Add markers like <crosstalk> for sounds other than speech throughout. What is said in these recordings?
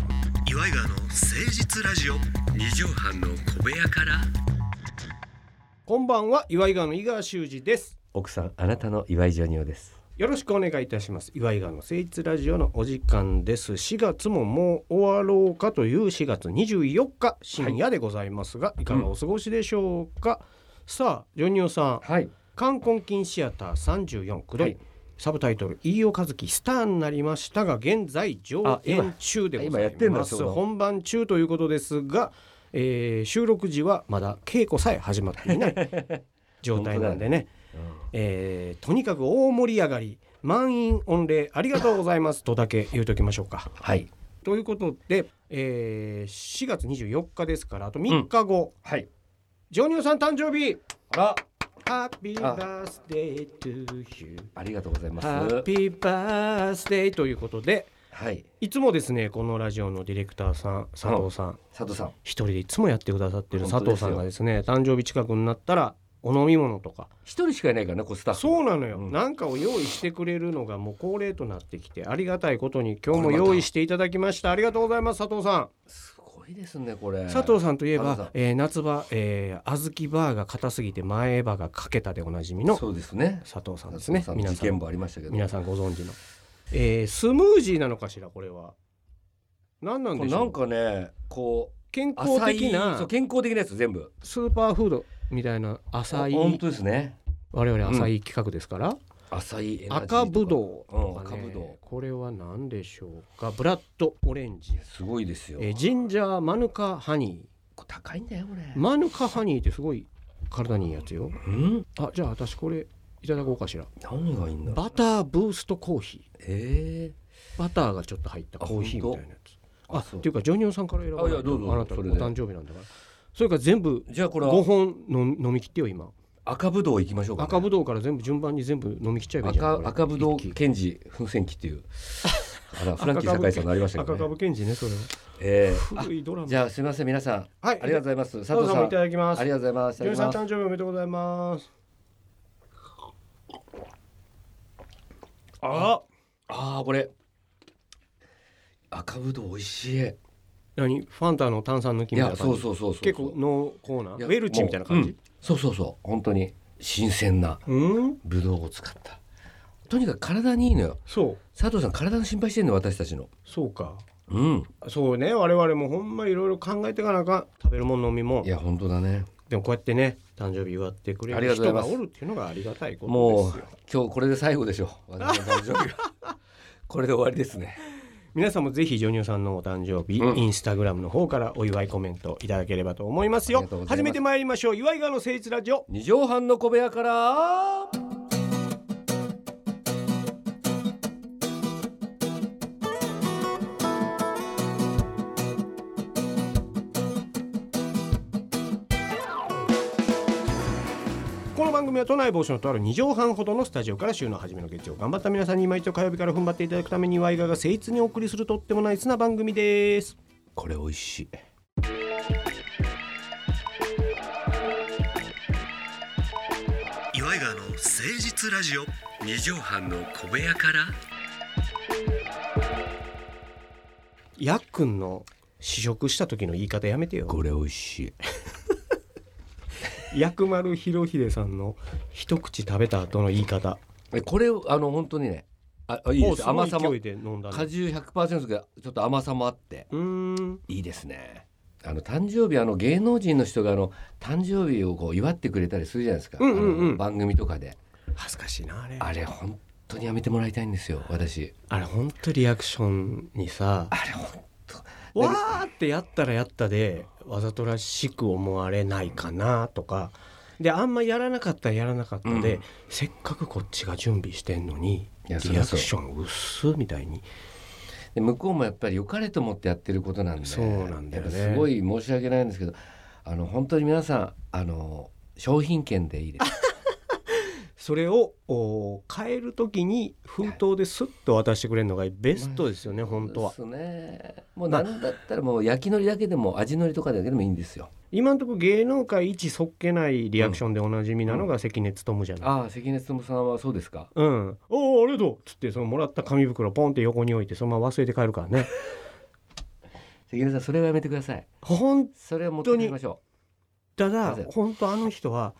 イガーの誠実ラジオ二畳半の小部屋からこんばんは岩井川の井川修司です奥さんあなたの岩井ジョニオですよろしくお願いいたします岩井川の誠実ラジオのお時間です4月ももう終わろうかという4月24日深夜でございますが、い、かがお過ごしでしょうか、さあジョニオさんはい冠婚金シアター34くらい、はいサブタイトル「飯尾和樹スターになりました」が現在上演中でござあ今やっていんだまちすょうど本番中ということですが、えー収録時はまだ稽古さえ始まっていない状態な <laughs> んでね、えーとにかく大盛り上がり満員御礼ありがとうございますとだけ言うときましょうか。はいということで、えー4月24日ですからあと3日後、はいジョニオさん誕生日あらハッピーバースデートゥーユーありがとうございますハッピーバースデーということではいいつもですねこのラジオのディレクターさん佐藤さん佐藤さん一人でいつもやってくださってる佐本当で藤すよさんがですね誕生日近くになったらお飲み物とか一人しかいないからねこうスタッフそうなのよ、うんなんかを用意してくれるのがもう恒例となってきてありがたいことに今日も用意していただきましたありがとうございます佐藤さん、すごいですねこれ佐藤さんといえ佐藤ばさ、えー夏場、えー、小豆バーが硬すぎて前歯が欠けたでおなじみのそうですね佐藤さんですね佐藤さ皆んさ事件んもありましたけど皆さんご存知の、えースムージーなのかしらこれは何なんこでれしなょんうかねこう健康浅い的なそう健康的なやつ全部スーパーフードみたいな浅い本当ですね我々浅い企画ですから、浅いエナジーとか赤ぶどうとか、ねうん赤ぶどうこれは何でしょうかブラッドオレンジ、すごいですよえージンジャーマヌカハニこれ高いんだよこれーマヌカハニーってすごい体にいいやつようんあじゃあ私これいただこうかしら何がいいんだろうバターブーストコーヒえーバターがちょっと入ったコーヒーみたいなやつああっそうていうかジョニオさんから選ばないあいやどうぞあなたおそれで誕生日なんだからそれから全部ーじゃあこれは5本の飲み切ってよ今赤ぶどういきましょうかね、赤ぶどうから全部順番に全部飲み切っちゃえばいいじゃんこ赤れ赤ぶどう一気検事風船機っていうあらフランキー堺さんになりましたけ赤どね株検事ねそれは <laughs> えーあ古いドラマじゃあすみません皆さんあはいりがとうごうざいます佐藤佐さ藤さんんもいただきますありがとうございますいジただきョニオさんます誕生日おめでとうございますああーこれ赤ぶどう美味しい何ファンタの炭酸抜きいみたやいなそ感うじそうそうそう結構濃厚ないやウェルチみたいな感もうじうんそうそうそう本当に新鮮なうんぶどうを使ったとにかく体にいいのよそう佐藤さん体の心配してんの私たちのそうかうんそうね我々もほんまいろいろ考えていかなあかん食べるもん飲みもんいや本当だねでもこうやってね誕生日祝ってくれありがるとうござ人いますがおるっていうのがありがたいこもとうですよ今日これで最後でしょう私の誕生日がこれで終わりですね皆さんもぜひジョニオさんのお誕生日、うんインスタグラムの方からお祝いコメントいただければと思いますよありがとうございます初めて参りましょう岩井川の誠実ラジオ二畳半の小部屋からこの番組は都内防止のとある2畳半ほどのスタジオから週の初めの月曜頑張った皆さんに今一度火曜日から踏ん張っていただくために岩井川が誠実にお送りするとってもナイスな番組ですこれ美味しい岩井川の誠実ラジオ二畳半の小部屋からやっくんの試食した時の言い方やめてよれ美味しい薬丸博秀さんの一口食べた後の言い方えこれあの本当にねああいいもうですすご甘いさも勢いで飲んだね果汁100%ですけどちょっと甘さもあってうーんいいですねあの誕生日あの芸能人の人があの誕生日をこう祝ってくれたりするじゃないですか、うんうんうんあの番組とかで恥ずかしいなあれああれ本当にやめてもらいたいんですよ私れほんとリアクションにさあれ本当わーってやったらやったでわざとらしく思われないかなとかであんまやらなかったらやらなかったで、うんせっかくこっちが準備してんのいにリアやクそりゃそうション薄みたいにで向こうもやっぱり良かれと思ってやってることなんでそうなんだよねやっぱすごい申し訳ないんですけどあの本当に皆さんあの商品券でいいです。それをお変える時に封筒ですっと渡してくれるのがベストですよね、本当はそうですね。もうなんだったらもう焼き海苔だけでも味のりとかだけでもいいんですよ。今んとこ芸能界一そっけないリアクションでおなじみなのが関根勤じゃない、ああ関根勤さんはそうですか。うんおお <laughs> ありがとうっつってそのもらった紙袋ポンって横に置いてそのまま忘れて帰るからね関根さんそれはやめてください本それは持ってきましょ当なだぜ本当あの人は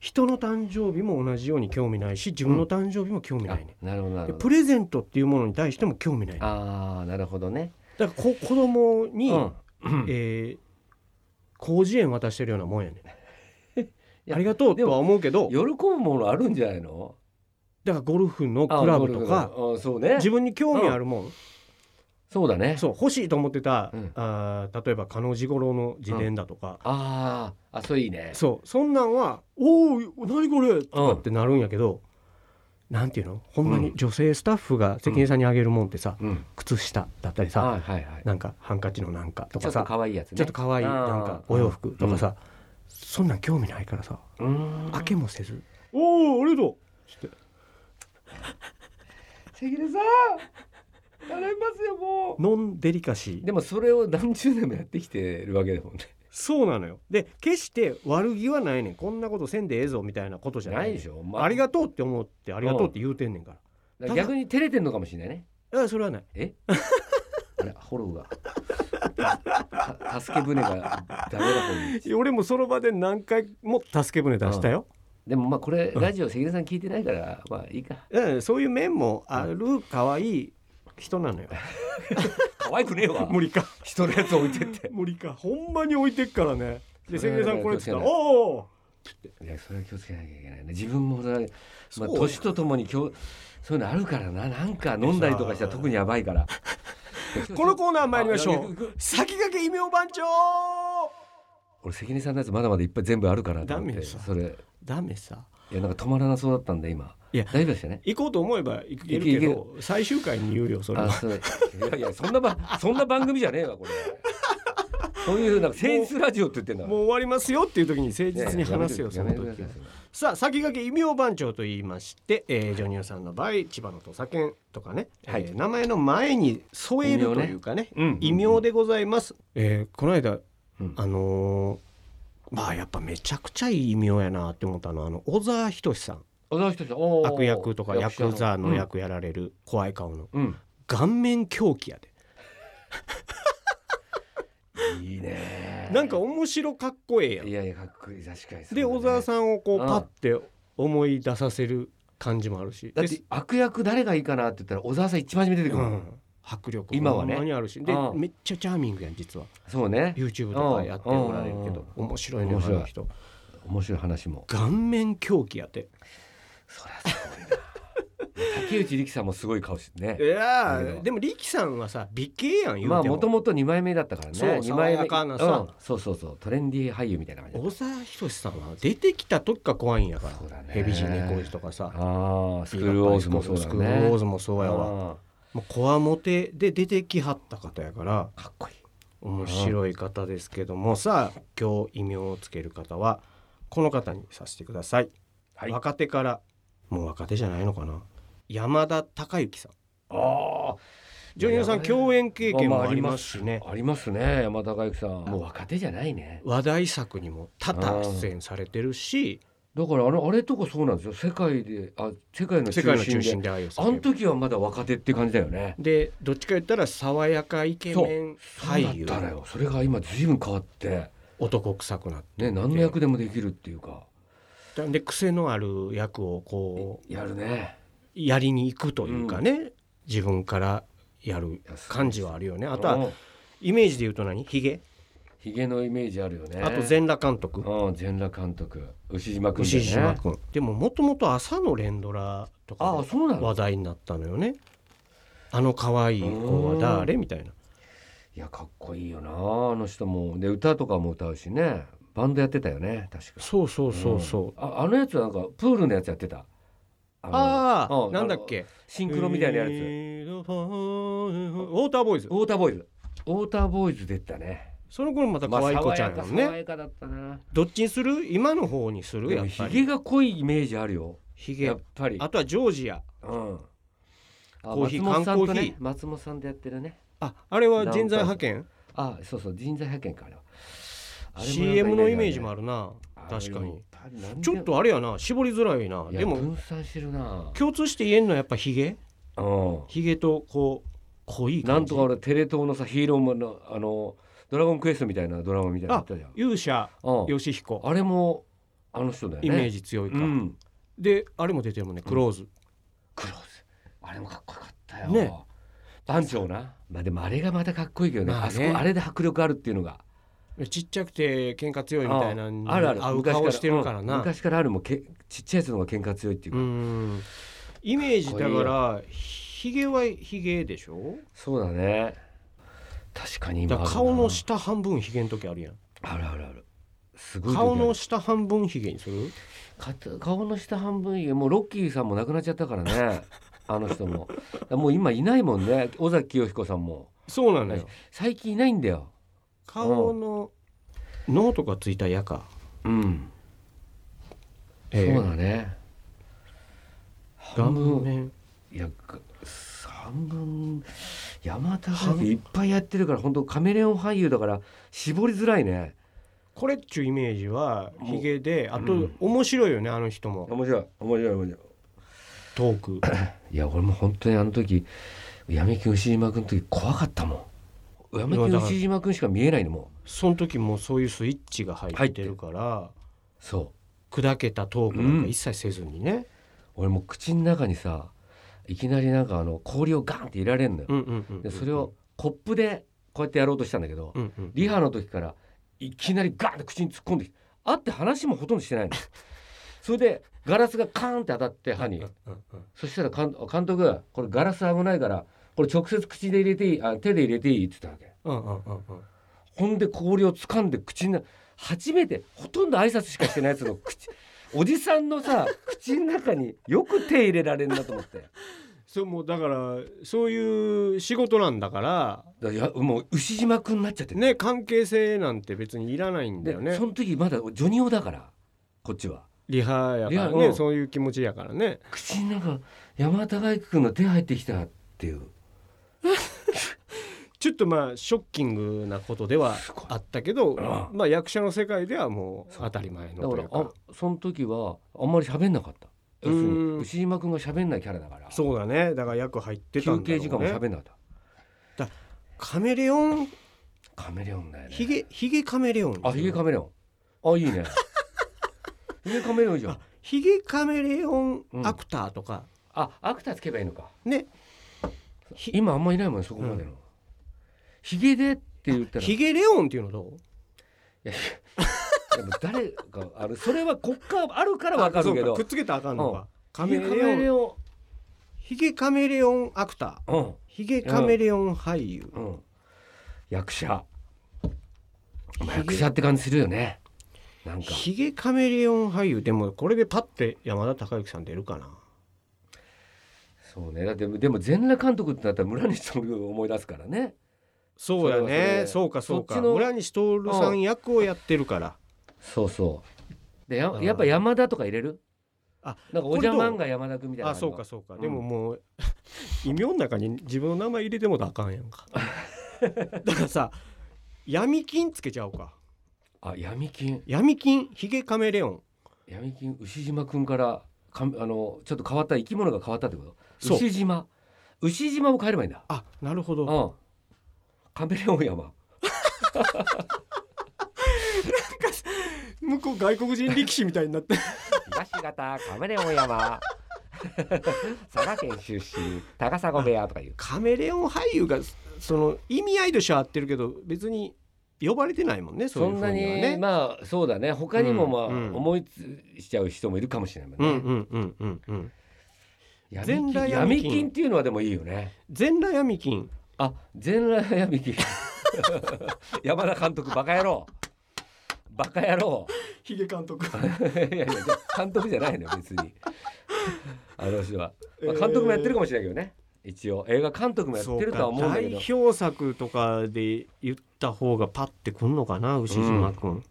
人の誕生日も同じように興味ないし自分の誕生日も興味うなあいね、なるほどなでるほどプレゼントっていうものに対しても興味ないだかああなるほどねらこ子供に、うんうんえー広辞苑渡してるようなもんやねやありがとうとは思うけど喜ぶものあるんじゃないのだからゴルフのあクラブとかゴルフのあそうね自分に興味あるもん、そうだねそう欲しいと思ってた、うんあー例えば加納治五郎の自伝だとか、あああそういいねそうそんなんは「おお何これ!」とかってなるんやけど、なんていうのほんまにう女性スタッフが関根さんにあげるもんってさ、うん靴下だったりさ、はいはいはいなんかハンカチのなんかとちょかっとさ可愛いやつねちょっと可愛いあーなんかお洋服とかさ、そんなん興味ないからさうーん開けもせず「おおありがとう!」って <laughs> 関根さん頼みますよもノンデリカシーでもそれを何十年もやってきてるわけだもんねそうなのよで決して悪気はないねんこんなことせんでええぞみたいなことじゃないないねんでしょ、まあ、ありがとうって思ってありがとうって言うてんねんから。だから逆に照れてんのかもしれないねあそれはない。あれフォローがた <laughs> 助け舟がダメだ方に俺もその場で何回も助け舟出したよ。でもまあこれラジオ関根さん聞いてないからまあいいかうん、そういう面もある可愛い人なのよ。可愛くねえ <laughs> わ <laughs> 無理か。人のやつ置いてって無理か。ほんまに置いてっからね。で、それは関根さんこれっつったら、気をつけおお <laughs> いやそれは気をつけなきゃいけないね自分もそれはまうあ、だよ年とともに今日そういうのあるからななんか飲んだりとかしたら特にやばいから <laughs> このコーナー参りましあいょやいうくいく。先先駆け異名番長俺関根さんのやつまだまだいっぱい全部あるからと思っダメてさそれダメさ。いやなんか止まらなそうだったんで今いや大丈夫ですよね行こうと思えば行けるけど、最終回に言うよ、それあは。それいやいやそんなばそんな番組じゃねえわこれそういうなんかセンスラジオって言ってんだからもう終わりますよっていう時に誠実に話すよ、ねやそめてのくださいやめ時はてくださいさあ先駆け異名番長と言いまして、えージョニオさんの場合千葉の土佐犬とかね、はいえー名前の前に添える異名とねいうかねうんうんうん異名でございます、えーこの間、うんあのーまあやっぱめちゃくちゃいい異名やなって思ったのはあの小沢仁志さん小沢仁志おー悪役とかヤクザの役役やられる怖い顔の者うん、顔面狂気やでうんいいねなんか面白かっこええやんいやいやかっこいい確かにそうだねで小沢さんをこううんパッて思い出させる感じもあるしだっでて悪役誰がいいかなって言ったら小沢さん一番初め出てくうる、ん、迫力今はねほんまにあるしでうんめっちゃチャーミングやん実はそうね YouTube とかやっておられるけど面白いね面あ白いの人面白い話も顔面狂気やてそりゃすごいな竹内力さんもすごい顔してねいやーでも力さんはさ美形やん言うても,、まあもともと2枚目だったからねそう二枚目爽やかなさうんそうそうそうトレンディー俳優みたいな感じだっ小沢仁志さんは出てきた時から怖いんやからそうだねヘビジネコイジとかたさああスクールウォーズもそうだスねクールウォーズもそうやわあもうこわもてで出てきはった方やからーかっこいい面白い方ですけどもさあ今日異名をつける方はこの方にさせてくださいはい若手からもう若手じゃないのかな山田孝之さんああジョニオさんいや共演経験もありますしね、ありますね山田孝之さんもう若手じゃないね話題作にも多々出演されてるしだからあのあれとかそうなんですよ世界であ世界の中心世で界の中心で愛をあさのれ時はまだ若手って感じだよねでどっちか言ったら爽やかイケそうメン俳優そうだったのよそれが今ずいぶん変わって男臭くなってね何の役でもできるっていうかで癖のある役をこうやるねやりに行くというかね、自分からやる感じはあるよねあとはうんイメージで言うと何ヒゲ、ヒゲのイメージあるよねあと全裸監督うん全裸監督牛島君牛だよ島ね君でももともと朝の連ドラとかでああそうなの話題になったのよねあの可愛い子は誰みたいないやかっこいいよなあの人もで歌とかも歌うしねバンドやってたよね確かそうそうそうそう、ああのやつはなんかプールのやつやってたあのああ、うんなんだっけシンクロみたいなやつ、ウォーターボーイズウォーターボーイズウォーターボーイズ出てたねその頃またまあ可愛い子ちゃんだもん爽やか爽ねやかだったなどっちにする今の方にするでやもっひぱげりが濃いイメージあるよヒゲやっぱりあとはジョージアうんあコーヒー松本さんとね缶コーヒー松本さんでやってるねああれは人材派遣あそうそう人材派遣かあれはあれもなんか CM のイメージもあるるな確かにちちょょっっととあれやな絞りづらいなででもも分散してるな共通して言えるのはやっぱヒゲうんヒゲとこう濃いな感んじとか俺テレ東のさヒーローものあのドラゴンクエストみたいなドラマみたいなのやったじゃん勇者うん義彦あれもあの人だよねイメージ強いか、うんであれも出てるもんねクローズ、クローズあれもかっこよかったよ、ね番長なまあでもあれがまたかっこいいけどね,、まあねあそこあれで迫力あるっていうのがちっちゃくて喧嘩強いみたいなあるある合う顔してるからうんな昔からあるもんけちっちゃいやつの方が喧嘩強いっていううか、んイメージだからひげはひげでしょそうだね確かに今だあかるらな顔の下半分ひげの時あるやんあるあるあるすごい時ある顔の下半分ひげにするかた顔の下半分以外もうロッキーさんも亡くなっちゃったから <laughs> ねあの人ももう今いないもんね尾崎清彦さんもそうなのよ最近いないんだよ顔の脳とかついたやか、うん、ええそうだね顔半分面いやが半分山田さんいっぱいやってるから本当カメレオン俳優だから絞りづらいねこれっちゅうイメージはひげであうとん面白いよねあの人も面白い面白い面白いトークいや俺も本当にあの時闇金牛島君の時怖かったもん闇金牛島君しか見えないのもその時もそういうスイッチが入ってるからうそう砕けたトークなんか一切せずにね、俺もう口の中にさいきなりなんかあの氷をガンって入れられんのよ、うんうんうんうんでそれをコップでこうやってやろうとしたんだけど、うんうんリハの時からいきなりガンって口に突っ込んできて会って話もほとんど <laughs> してないのそれでガラスがカーンって当たって歯に、うんうんうんそしたら監監督これガラス危ないからこれ直接口で入れていいあ手で入れていいって言ってたわけうんうんうんうんほんで氷を掴んで口の中初めてほとんど挨拶しかしてないやつの <laughs> 口おじさんのさ口の中によく手入れられんなと思って。そうもうだからそういう仕事なんだからだからやもう牛島くんになっちゃってるね関係性なんて別にいらないんだよでねその時まだジョニオだからこっちはリハやかリハらうねんそういう気持ちやからね口の中山田大輝くんの手入ってきたっていうちょっとまあショッキングなことではすごいあったけどああまあ役者の世界ではもう当たり前だかのといらうかあその時はあんまり喋んなかった要するうにん牛島くんが喋んないキャラだからそうだねだから役入ってた休んだ憩ろう時間もね喋んなかったカメレオンカメレオンだよねヒゲヒゲカメレオンあヒゲカメレオンあいい <laughs> ねヒゲカメレオンいいじゃんあヒゲカメレオンうんアクターとか、あアクターつけばいいのかねひ今あんまいないもんねそこまでの、ヒゲでって言ったらヒゲレオンっていうのどうでも誰かあれそれは国家あるからわかるけあそうどくっつけたらあかんのうんかカメレオンオヒゲカメレオンアクターンうんヒゲカメレオン俳優うん役者まあヒゲ役者って感じするよねなんかヒゲカメレオン俳優でもこれでパッて山田孝之さん出るかなそうねだってでも全裸監督ってなったら村西さんを思い出すからねそうだそれはそれねでそうかそうそかっちの村西徹さん役をやってるからそうそうでやうんやっぱ山田とか入れるあなんかおじゃまんが山田君みたいな感あじそのうかそうか、うんでももう <laughs> 異名の中に自分の名前入れてもだあかんやん <laughs> かだからさ闇金つけちゃおうかあ闇金闇金ヒゲカメレオン闇金牛島君からかあのちょっと変わった生き物が変わったってことそう牛島牛島を変えればいいんだあなるほどうんカメレオン山向こう外国人力士みたいになって東方カメレオン山佐賀県出身高砂部屋とかいう <laughs> カメレオン俳優がその意味合いとしては合ってるけど別に呼ばれてないもんねそそういうんふうなにはに、ねまあそうだね他にもまあ、うんうん思いつしちゃう人もいるかもしれないもんうね、んうんうんうんうん闇全裸金闇闇金金っていうのはでもいいよね全裸闇金あ全裸闇金 <laughs> 山田監督バカ野郎バカ野郎ヒゲ監督いやいや監督じゃないのよ別にあの人は、まあ監督もやってるかもしれないけどね、一応映画監督もやってるとは思うんだけどそうか代表作とかで言った方がパッてくんのかな牛島くん、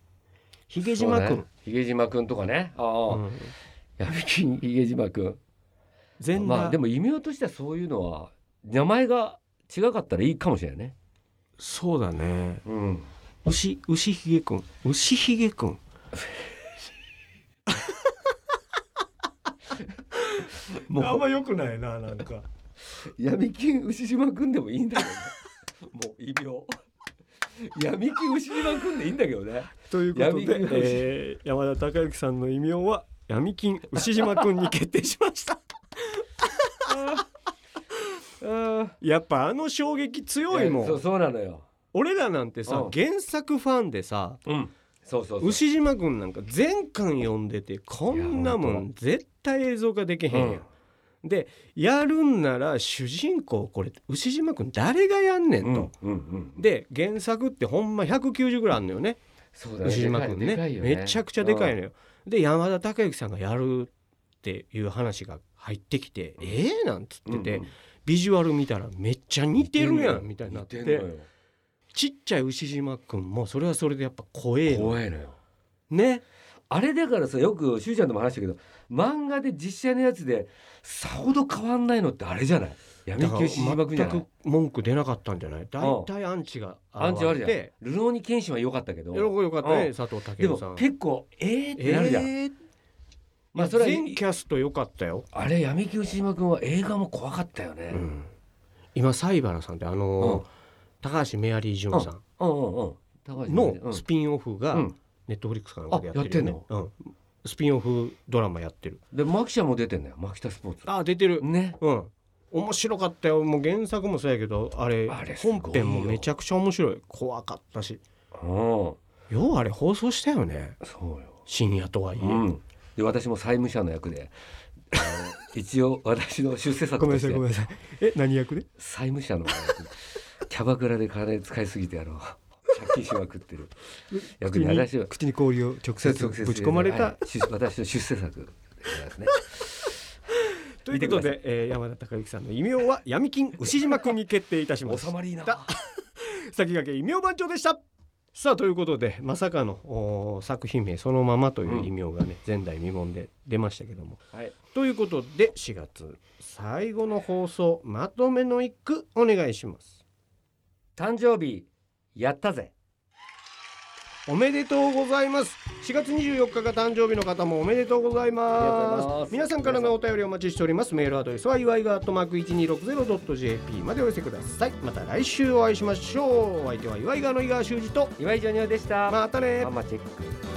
ヒゲ島くそん、うねひげじまくんとかねああ、うん闇金ひげじまくん全裸、まあでもも異名としてはそういうのは名前が違かったらいいかもしれないね。そうだねうん。牛牛ひげくん牛ひげ <laughs> くんもうま良くないななんか闇金牛島くんでもいいんだけどね <laughs> もう異病闇金牛島くんでいいんだけどねということ闇金で牛、島えー <laughs> 山田孝之さんの異名は闇金牛島くんに決定しま <laughs> したやっぱあの衝撃強いもやそうんそうなのよ俺らなんてさうん原作ファンでさうんそうそうそう牛島くんなんか全巻読んでてこんなもいやん絶対映像化できへんやうんん、でやるんなら主人公これ牛島くん誰がやんねんうと、んうんうんで原作ってほんま190ぐらいあんのよねそうだね牛島くんねでかいよめちゃくちゃでかいのよ、で山田孝之さんがやるっていう話が入ってきて「ええー?」なんつってて、うんうんビジュアル見たらめっちゃ似てるやんみたいになっ似てんのてよちっちゃい牛島くんもそれはそれでやっぱ怖えの怖いのよねあれだからさよくしゅうちゃんとも話したけど漫画で実写のやつでさほど変わんないのってあれじゃない闇だから金牛島くんじゃ全ないく文句出なかったんじゃない大体アンチがアンチはある現じれゃんてルローニケンシンは良かったけど喜びよかったねうん佐藤で健もさん結構えーってなるじゃん、えーまあそれは全キャスト良かったよあれ闇金牛島くんは映画も怖かったよね、うん今西原さんってあのーうん高橋メアリージュンさんうんうんうん高橋ねうのんスピンオフがうんネットフリックスかなんかでやってるよねあやっうんスピンオフドラマやってるでマキシャも出てんだよマキタスポーツあ出てるねうん面白かったよもう原作もそうやけどあれあれすごいよ本編もめちゃくちゃ面白い怖かったしうんそようあれ放送したよねうよ、深夜とはいえ、うん、で私も債務者の役であの一応私の出世作ごめんとしなさいてごめんなさいえ何役で債務者の <laughs> 役キャバクラで金使いすぎてあの借金しまく <laughs> ってる役で私は口に氷を直接直接ぶち込まれた、はい出私の出世作でございますね <laughs> ということで、えー山田孝之さんの異名は闇金牛島君に決定いたします収まりいいなだ先駆け異名番長でしたさあということでまさかのおー作品名そのままという異名がね、前代未聞で出ましたけどもはいということで4月最後の放送まとめの一句お願いします誕生日やったぜおめでとうございます4月24日が誕生日の方もおめでとうございありがまとうすございます皆さんからのお便りお待ちしておりますメールアドレスは祝いがとマーク 1260.jp までお寄せくださいまた来週お会いしましょうお相手は祝いがの井川修司と今井ジョニオでしたまたねママチェック